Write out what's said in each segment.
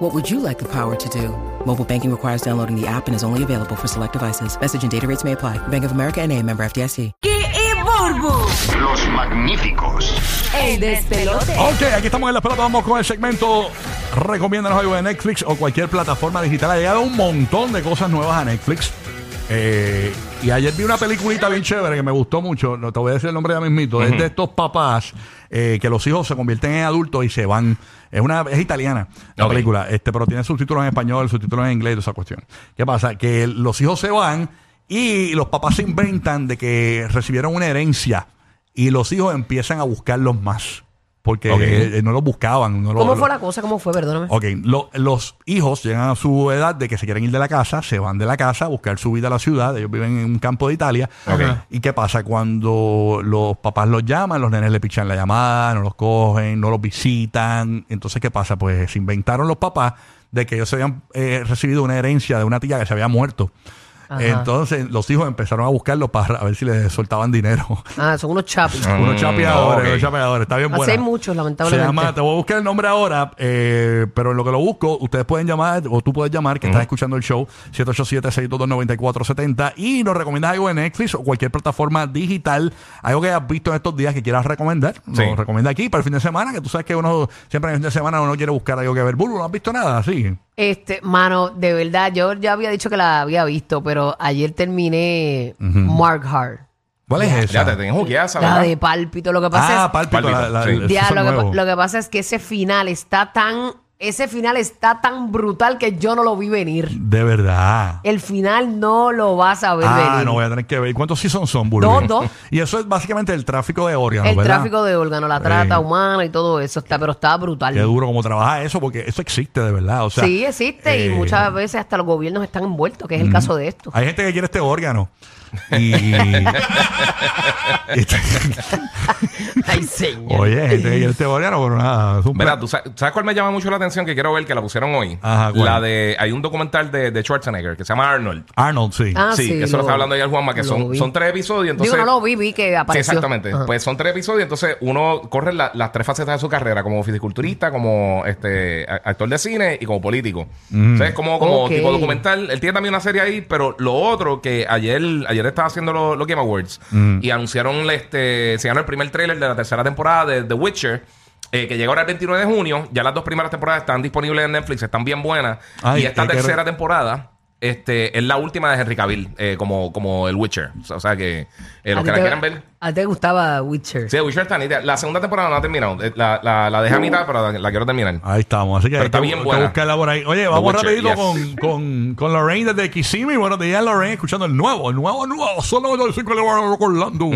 What would you like the power to do? Mobile banking requires downloading the app and is only available for select devices. Message and data rates may apply. Bank of America and a member FDIC. y Burbu. Los magníficos. El despelote. Ok, aquí estamos en la pelota. Vamos con el segmento. Recomiéndanos algo de Netflix o cualquier plataforma digital. Ha llegado un montón de cosas nuevas a Netflix. Eh, y ayer vi una peliculita bien chévere que me gustó mucho. No te voy a decir el nombre ya mismito. Es de estos papás eh, que los hijos se convierten en adultos y se van. Es una es italiana la Ok. película, este, pero tiene subtítulos en español, subtítulos en inglés, toda esa cuestión. ¿Qué pasa? Que los hijos se van y los papás se inventan de que recibieron una herencia y los hijos empiezan a buscarlos más. Porque Ok. eh, eh, no los buscaban. No lo- ¿Cómo lo- fue la cosa? ¿Cómo fue? Perdóname. Ok, lo- los hijos llegan a su edad de que se quieren ir de la casa, se van de la casa a buscar su vida a la ciudad. Ellos viven en un campo de Italia. Ok. ¿Y qué pasa? Cuando los papás los llaman, los nenes le pichan la llamada, no los cogen, no los visitan. Entonces, ¿qué pasa? Pues se inventaron los papás de que ellos se habían eh, recibido una herencia de una tía que se había muerto. Ajá. Entonces, los hijos empezaron a buscarlos para a ver si les soltaban dinero. Ah, son unos chapis. Unos chapeadores, ok. unos chapeadores. Está bien Así bueno. hay muchos, lamentablemente. Se llama, te voy a buscar el nombre ahora, eh, pero en lo que lo busco, ustedes pueden llamar, o tú puedes llamar, que estás escuchando el show, 787-622-9470, y nos recomiendas algo en Netflix o cualquier plataforma digital, algo que hayas visto en estos días que quieras recomendar. Sí. Nos recomienda aquí para el fin de semana, que tú sabes que uno, siempre en el fin de semana uno quiere buscar algo que ver. Burbu, no has visto nada, sí. Este, mano, de verdad, yo ya había dicho que la había visto, pero ayer terminé Mark Hart. ¿Cuál es esa? Ya te tengo que La de pálpito. Lo que pasa Ah, es. Pálpito, la- la- Pálpito, sí. esos Ya, son lo que, pa- nuevos. lo que pasa es que ese final está tan. Ese final está tan brutal que yo no lo vi venir. De verdad. El final no lo vas a ver Ah, venir. no voy a tener que ver. ¿Cuántos seasons son, Burbu? Dos, dos. Y eso es básicamente el tráfico de órganos, el ¿verdad? tráfico de órganos, la trata humana y todo eso, está, pero está brutal. Qué duro como trabaja eso, porque eso existe de verdad. O sea, sí, existe y eh, muchas veces hasta los gobiernos están envueltos, que es el caso de esto. Hay gente que quiere este órgano. Y. este- Ay, señor. Oye, gente que quiere este órgano, pero nada. Es un Mira, plato. ¿tú sa- sabes cuál me llama mucho la atención que quiero ver que la pusieron hoy? Ajá, ¿cuál? La de hay un documental de, de Schwarzenegger que se llama Arnold. Arnold, sí. Ah, sí, eso lo estaba hablando ayer Juanma que lo son, vi. son tres episodios, entonces Digo, no lo vi, vi que Sí, apareció. exactamente. Ajá. Pues son tres episodios, entonces uno corre la- las tres facetas de su carrera, como fisiculturista, como este a- actor de cine y como político. Mm. Entonces es como, como Ok. tipo documental. Él tiene también una serie ahí, pero lo otro que ayer ayer estaba haciendo los los Game Awards Mm. y anunciaron este se ganó el primer tráiler de la tercera temporada de The Witcher. eh, que llega ahora el 29 de junio. Ya las dos primeras temporadas están disponibles en Netflix, están bien buenas. Ay, y esta hay que re- tercera temporada este, es la última de Henry Cavill, eh, como, como el Witcher. O sea que eh, los ¿A ti que la te- quieran ver. ¿A ti te gustaba Witcher? Sí, The Witcher está nítida. La segunda temporada no la he terminado. Eh, La, la, la dejé a mitad, pero la, la quiero terminar. Ah. Ahí estamos. Así que Pero hay está que, bien hay que buena. buscarla por ahí. Oye, vamos Witcher, rapidito yes. con, con, con Lorraine desde Kissimmee. Buenos días, Lorraine. Escuchando el nuevo, el nuevo, nuevo. Solo 95 le van a Orlando.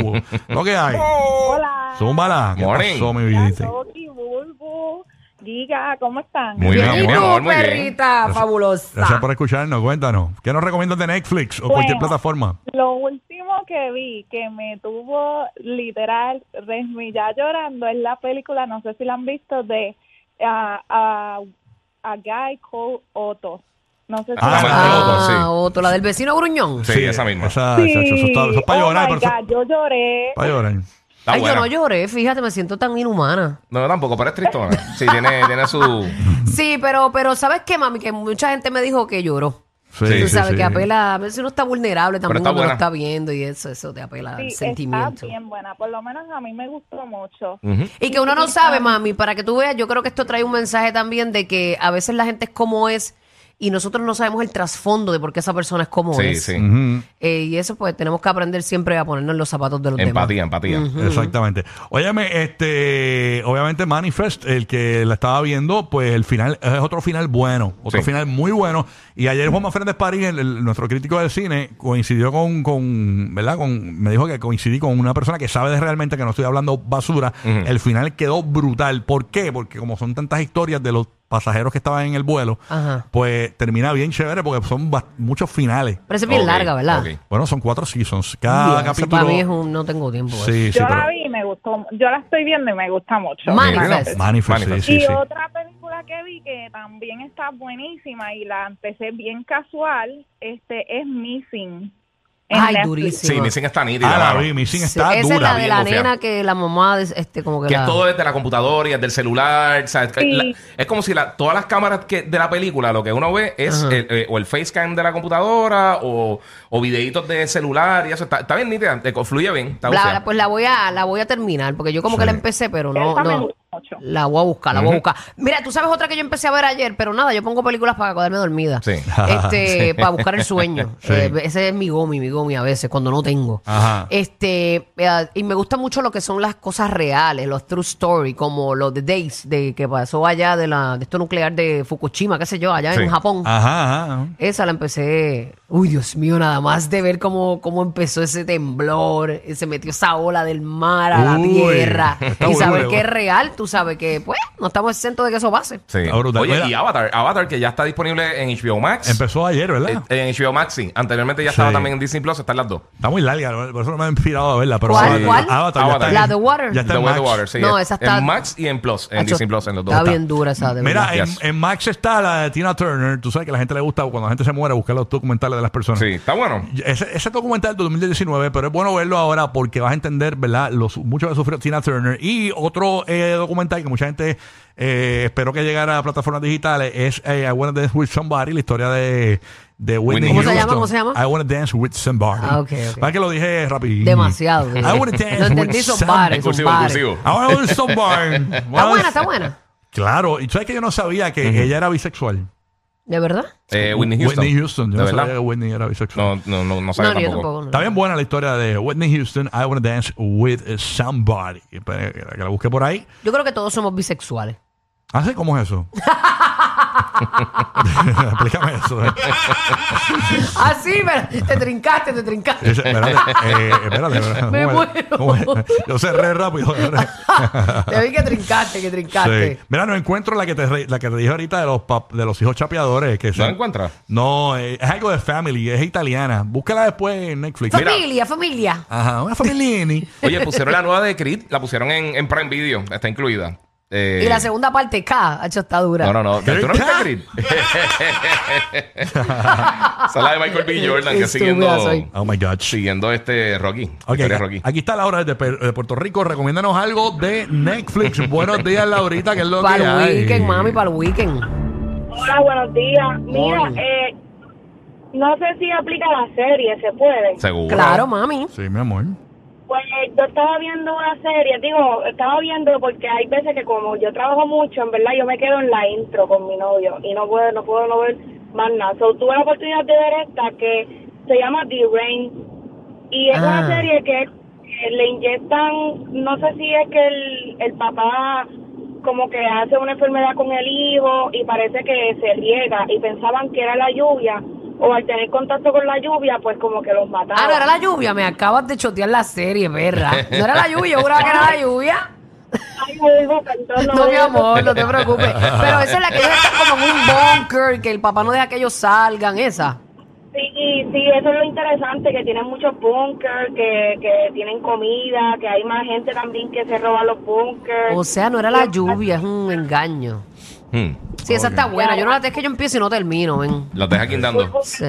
Lo que hay. Hola. Zúmbala. ¿Qué Morning. pasó, mi vidita? Rocky, Burbu. Diga, ¿cómo están? Muy bien, ¿Y mi tú, amor, muy bien. perrita fabulosa? Gracias por escucharnos. Cuéntanos. ¿Qué nos recomiendas de Netflix o cualquier Bueno. plataforma? Lo último que vi que me tuvo literal resmillada llorando es la película, no sé si la han visto, de ah, ah, A Guy Called Otto. No sé si Ah, la han la visto. otro, sí. Ah, otro, la del vecino gruñón. Sí, esa misma. Esa, Sí. chacho, eso está- eso es para Oh llorar. my pero eso- God, yo lloré. Para llorar. Está Ay, yo buena. no lloré, fíjate, me siento tan inhumana. No, yo tampoco, pero es tristona. Sí, tiene, tiene su. Sí, pero, pero ¿sabes qué, mami? Que mucha gente me dijo que lloró. Sí, Sí, sí, Tú sabes sí. que apela, a veces uno está vulnerable Pero también está cuando lo buena. está viendo y eso, eso te apela Sí, al está sentimiento. bien buena. Por lo menos a mí me gustó mucho. Ujú. Y que uno no sabe, mami, para que tú veas, yo creo que esto trae un mensaje también de que a veces la gente es como es y nosotros no sabemos el trasfondo de por qué esa persona es como Sí, es. sí. Pues, Ujú. Eh, y eso pues tenemos que aprender siempre a ponernos en los zapatos de los Empatía, demás. empatía. Exactamente. Óyeme, este, obviamente Manifest, el que la estaba viendo, pues el final es otro final bueno, otro Sí. final muy bueno. Y ayer Juan Fernández París, el- el- nuestro crítico del cine, coincidió con, con, ¿verdad? Con, me dijo que coincidí con una persona que sabe de realmente que no estoy hablando basura. El final quedó brutal. ¿Por qué? Porque como son tantas historias de los pasajeros que estaban en el vuelo, Ajá. pues termina bien chévere porque son bas- muchos finales. Pero esa es bien Ok, larga, ¿verdad? ok. Bueno, son cuatro seasons. Cada Eso capítulo. para mí es un no tengo tiempo. ¿eh? eso. Sí, sí, yo la pero- vi y me gustó. Yo la estoy viendo y me gusta mucho. Manifest, Manifest. sí, Manifest. sí, y sí. otra película que vi que también está buenísima y la empecé bien casual, este es Missing. en Ay, Netflix. durísimo. Sí, Missing está nítida. Ah, la mano. vi, Missing Sí, está Esa es dura. la de bien la confiada. nena que la mamá, des- este, como que, Que la... es todo desde la computadora y desde el celular. ¿sabes? Sí. La- es como si la- todas las cámaras que, de la película, lo que uno ve es Ajá. el- eh, o el facecam de la computadora o, o videitos de celular y eso. Está, está bien nítida, te fluye bien. Está Bla, bufia. bla, pues la voy a la voy a terminar porque yo como que la empecé pero no Esa me no gusta mucho. la voy a buscar la voy a buscar mira tú sabes otra que yo empecé a ver ayer pero nada yo pongo películas para quedarme dormida Sí. este para buscar el sueño Sí. Ah, Eh, ese es mi gomi mi gomi a veces cuando no tengo Ajá. este eh, y me gusta mucho lo que son las cosas reales los true story como los de days de que pasó allá de la de esto nuclear de Fukushima qué sé yo allá Sí. en Japón Ah. Ajá, ajá. esa la empecé. Uy, Dios mío, nada más de ver cómo, cómo empezó ese temblor, y se metió esa ola del mar a Uy, la tierra. está Y bueno, saber bueno. que es real, tú sabes que, pues, no estamos exentos de que eso pase. Sí. Está brutal. Oye, Mira. y Avatar, Avatar que ya está disponible en HBO Max. Empezó ayer, Eh, ¿verdad? En HBO Max, sí. Anteriormente ya Sí. estaba también en Disney Plus, están las dos. Está muy larga, por eso no me he inspirado a verla. Pero ¿Cuál? sí, ¿Cuál? Avatar, ya Avatar. Ah, está en- La de Water. Ya está The en Way of the Max. Water, sí. No, es- esa está- En Max y en Plus, en Hacho, Disney Plus, en los dos. Está bien dura esa, de verdad. Mira, en, Yes. en Max está la de Tina Turner. Tú sabes que a la gente le gusta cuando la gente se muere buscar los documentales de las personas. Sí, está bueno. Ese, ese documental del 2019, pero es bueno verlo ahora porque vas a entender, ¿verdad? Los, mucho que sufrió Tina Turner. Y otro eh, documental que mucha gente eh, esperó que llegara a plataformas digitales es eh, I Wanna Dance With Somebody, la historia de, de Whitney Whitney ¿Cómo se Houston. llama? ¿Cómo se llama? I Wanna Dance With Somebody. Ah, ok, ok. ¿Para que lo dije rápido? Demasiado. I Wanna Dance Lo entendí, With son Somebody. bares, I son Cursivo, bares. cursivo. Wanna Dance Somebody. Está buena, está buena. Claro. Y tú sabes que yo no sabía que ella era bisexual. ¿De verdad? Eh, Whitney Houston. Whitney Houston. Yo ¿De no sabía verdad? que Whitney era bisexual. No, no, no, no No, sabía ni yo tampoco. tampoco. no. Está bien buena la historia de Whitney Houston, I Wanna Dance With Somebody. Espera, Que la- que la busqué por ahí. Yo creo que todos somos bisexuales. ¿Hace cómo es eso? Explícame eso. Ah, sí, pero te trincaste, te trincaste. Dice, espérate, eh, espérate, espérate. Me ¿Cómo es? muero. ¿Cómo es? Yo cerré rápido. cerré. Te vi que trincaste, que trincaste. Sí. Mira, no encuentro la que te re- la que te dije ahorita de los pap- de los hijos chapeadores. Que ¿No son- la encuentras? No, eh, es algo de family, es italiana. Búscala después en Netflix. Familia, familia. Ajá, una familia. Oye, pusieron la nueva de Creed, la pusieron en, en Prime Video, está incluida. Eh, Y la segunda parte, K, ha hecho está dura. No, no, no. ¿Tú no viste ¿Qué? Creed? Esa es la de Michael B. Jordan, que Estúpida siguiendo, soy. Oh my God. siguiendo este Rocky. Ok, historia de Rocky. aquí está Laura desde Pe- de Puerto Rico. Recomiéndanos algo de Netflix. Buenos días, Laurita, que es lo que Para el hay. weekend, mami, para el weekend. Hola, buenos días. Mira, Morning. eh, no sé si aplica la serie, se puede. Seguro. Claro, mami. Sí, mi amor. Pues eh, yo estaba viendo una serie, digo, estaba viendo porque hay veces que como yo trabajo mucho, en verdad yo me quedo en la intro con mi novio y no puedo no puedo no ver más nada. So, tuve la oportunidad de ver esta que se llama The Rain y es Ah. una serie que eh, le inyectan, no sé si es que el, el papá como que hace una enfermedad con el hijo y parece que se riega y pensaban que era la lluvia o al tener contacto con la lluvia pues como que los mataban. Ah, no era la lluvia. Me acabas de chotear la serie, perra. No era la lluvia, yo juraba que era la lluvia. Ay, hijo, perdón, No, mi veo. amor, no te preocupes. Pero esa es la que ellos están como en un bunker, que el papá no deja que ellos salgan, esa. Sí, y sí, eso es lo interesante, que tienen muchos bunkers, que, que tienen comida, que hay más gente también que se roba los bunkers. O sea, no era la lluvia, es un engaño. Hmm. Sí, esa está buena. Yo no la es que yo empiezo y no termino, ven. Los deja quindando. Sí.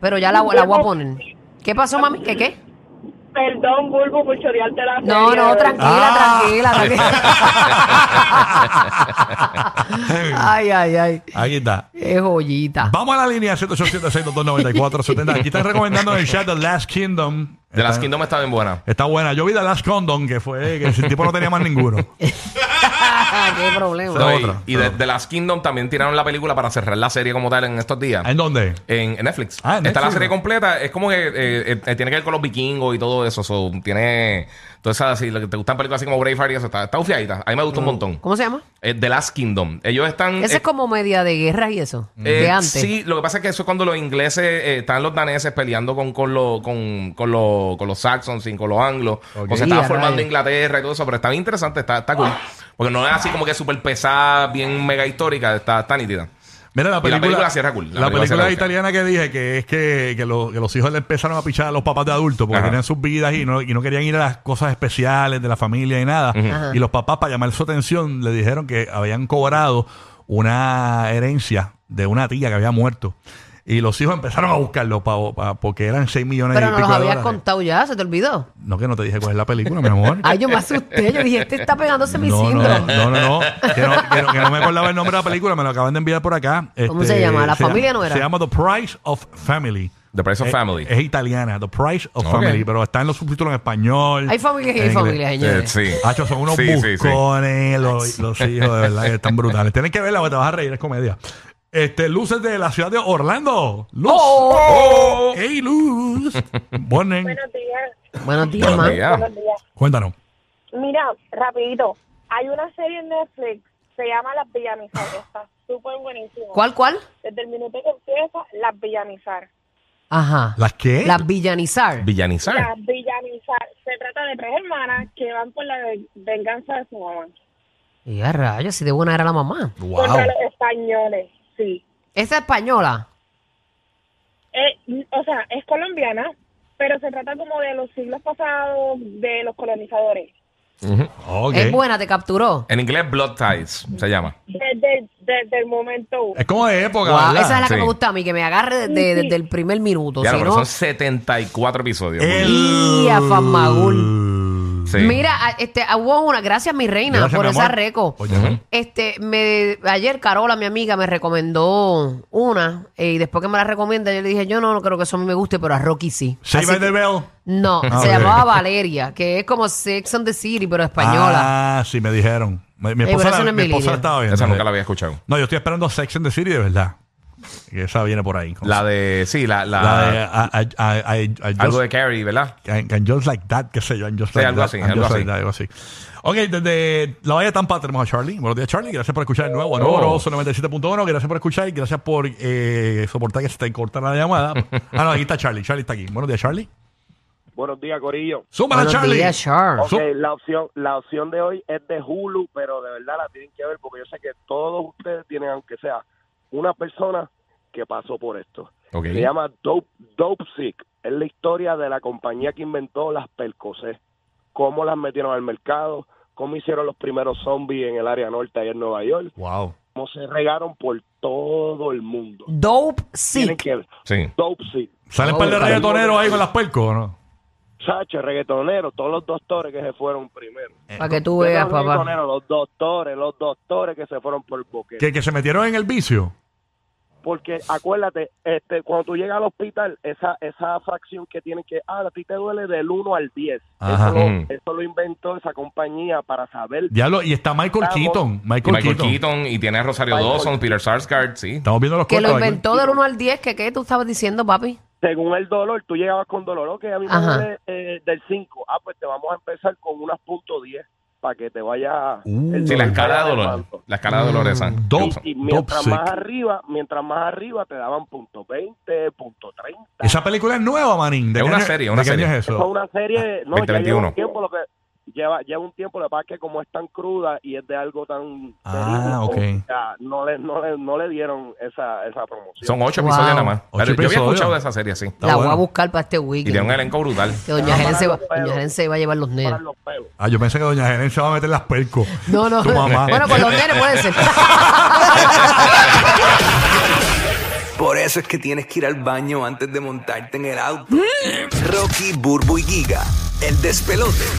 Pero ya la, la voy a poner. ¿Qué pasó, mami? ¿Qué qué? Perdón, Bulbo, por chorearte la No, serie, no, de verdad. Ah. tranquila, tranquila, Ah. tranquila. Ay, ay, ay. Ahí está. Es joyita. Vamos a la línea 787-622-9470. Aquí están recomendando en el chat The Last Kingdom. De las Está- Kingdom está bien buena. Está buena. Yo vi The Last Condom, que fue que ese tipo no tenía más ninguno. Qué problema. No, y- otra. y de, de las Kingdom también tiraron la película para cerrar la serie como tal en estos días. Ah, ¿En dónde? En, en Netflix. Ah, en Está la Netflix. serie completa. Es como que eh, eh, eh, tiene que ver con los vikingos y todo eso. So, tiene. Entonces, así, lo que te gustan películas así como Braveheart y eso. Está, está bufiadita. A mí me gusta un montón. ¿Cómo se llama? Eh, The Last Kingdom. Ellos están. Ese eh, es como media de guerra y eso. eh, de antes. Sí, lo que pasa es que eso es cuando los ingleses eh, están los daneses peleando con, con, los- con, con, los- con los saxons y con los anglos. Ok. O se Y estaba a formando rayos. Inglaterra y todo eso. Pero está bien interesante, está, está cool. Porque no es así como que súper pesada, bien mega histórica, está, está nítida. Mira, la Y la película, película cierra cool. La La, película película cierra italiana que dije que es que, que, lo- que los hijos le empezaron a pichar a los papás de adultos porque Ajá. tenían sus vidas y no, y no querían ir a las cosas especiales de la familia y nada. Y los papás, para llamar su atención, le dijeron que habían cobrado una herencia de una tía que había muerto. Y los hijos empezaron a buscarlo pa- pa- porque eran 6 millones Pero y no pico los de habías dólares. contado ya, se te olvidó. No, que no te dije cuál es la película, mi amor. Ay, yo me asusté. Yo dije, este está pegándose mi No, síndrome. no, no, no, no. Que no, que no- que no me acordaba el nombre de la película, me lo acaban de enviar por acá. Este, ¿Cómo se llama? La familia no era. Se llama The Price of Family. The Price of Es- Eh, Family. Es italiana, The Price of Ok. Family, pero está en los subtítulos en español. Hay familias y en hay inglés. familias, Eh, señores. sí. Hacho, son unos Sí, sí, sí. buscones Los, los hijos, de verdad, que están brutales. Tienen que verla, porque te vas a reír, es comedia. Este, luces de la ciudad de Orlando. Luz. Oh. ¡Ey, luz! Morning. Buenos días. Buenos días, Buenos ma. días. Buenos días. Cuéntanos. Mira, rapidito. Hay una serie en Netflix, se llama Las Villanizar. Está súper buenísimo. ¿Cuál, cuál? Desde el minuto que empieza, Las Villanizar. Ajá. ¿Las qué? Las villanizar. Villanizar. Las Villanizar. Se trata de tres hermanas que van por la ve- venganza de su mamá. Y a rayos, si de buena era la mamá. Contra los españoles, sí. Esa española. Eh, o sea, es colombiana, pero se trata como de los siglos pasados, de los colonizadores. Ujú. Ok. Es buena, te capturó. En inglés, Blood Ties se llama. Desde, desde el momento uno. Es como de época, Guau, ¿verdad? esa es la que Sí. me gusta a mí, que me agarre desde, desde el primer minuto. Ya, si pero no, son 74 episodios. Y a Sí. Mira, a- este, a- hubo una, gracias mi reina Gracias, por mi esa amor. reco. Oye, ¿no? Este, me, ayer Carola, mi amiga, me recomendó una eh, y después que me la recomienda, yo le dije, yo no, no creo que eso a mí me guste, pero a Rocky sí. Save Así by the que- Bell. No, Ah, se ok. llamaba Valeria, que es como Sex and the City, pero española. Ah, sí, me dijeron. Mi, mi Ey, pero esposa, esa la, no es mi mi esposa línea. la estaba viendo. Esa nunca la había escuchado. No, yo estoy esperando Sex and the City, de verdad. Y esa viene por ahí. La de, sí, la, la, La ah, de... a- a- a- a- I just- algo de Carrie, ¿verdad? I'm- I'm just like that, qué sé yo. I'm just Sí, like algo that, así, I'm algo just así. like that, algo así. Ok, desde la Bahía de Tampa tenemos a Charlie. Buenos días, Charlie. Gracias por escuchar de nuevo. Oh. Nuevo 97.1. Gracias por escuchar y gracias por eh, soportar que se te cortara la llamada. ah, no, aquí está Charlie. Charlie está aquí. Buenos días, Charlie. Buenos días, Corillo. Súmala, Buenos Charlie. días, Char. Ok, la opción, la opción de hoy es de Hulu, pero de verdad la tienen que ver porque yo sé que todos ustedes tienen, aunque sea una persona que pasó por esto. Ok. Se llama Dope, Dope Sick. Es la historia de la compañía que inventó las Percocet. Cómo las metieron al mercado, cómo hicieron los primeros zombies en el área norte ahí en Nueva York, Wow. cómo se regaron por todo el mundo. Dope Tienen Sick. que ver. Sí. Dope Sick. ¿Salen Oh, par de Charlie. reggaetoneros ahí con las puercos o no? Sacho, reggaetoneros, todos los doctores que se fueron primero. Eh, Para que tú Yo veas, no soy papá. reggaetonero, Los doctores, los doctores que se fueron por boquete. Que, que se metieron en el vicio. Porque acuérdate, este, cuando tú llegas al hospital, esa esa fracción que tienen que, ah, a ti te duele del 1 al 10. Ajá. Eso, lo- Mm. eso lo inventó esa compañía para saber. Diablo, y está Michael Estamos- Keaton. Y Michael, Michael Keaton. Keaton y tiene a Rosario Michael. Dawson, Peter Sarsgaard, sí. Estamos viendo los Que lo cortos aquí. inventó del 1 al 10, que qué tú estabas diciendo, papi. Según el dolor, tú llegabas con dolor, ok, a mí me Ajá. duele, eh, del 5. Ah, pues te vamos a empezar con unas punto 10 para que te vaya... Uh. el Sí, la dolor escala de vaya dolor. bajando. La escala de dolor esa. que Dope. usan. Y mientras Dope más sick. arriba, mientras más arriba te daban punto 20, punto 30. Esa película es nueva, manín. ¿De Es qué una año- serie, de una qué año serie. es Ah, Eso eso? es una serie, no, 20, ya lleva 21. un tiempo lo que lleva, lleva un tiempo, lo que pasa es que como es tan cruda y es de algo tan Ah, verídico, ok. ya, no le, no le, no le dieron esa, esa promoción. Son ocho Wow. episodios nada más. Ocho Pero yo había episodios. escuchado de esa serie, sí. Está la voy bueno. a buscar para este Y tiene un weekend. elenco brutal. Que doña Helen se va, Pero- doña Helen se va a llevar los nenes. Para los pelos. Ah, yo pensé que Doña Helen se va a meter las percos. No, no. Tu mamá. Bueno, con los nenes puede ser. Por eso es que tienes que ir al baño antes de montarte en el auto. Rocky, Burbu y Giga, el despelote.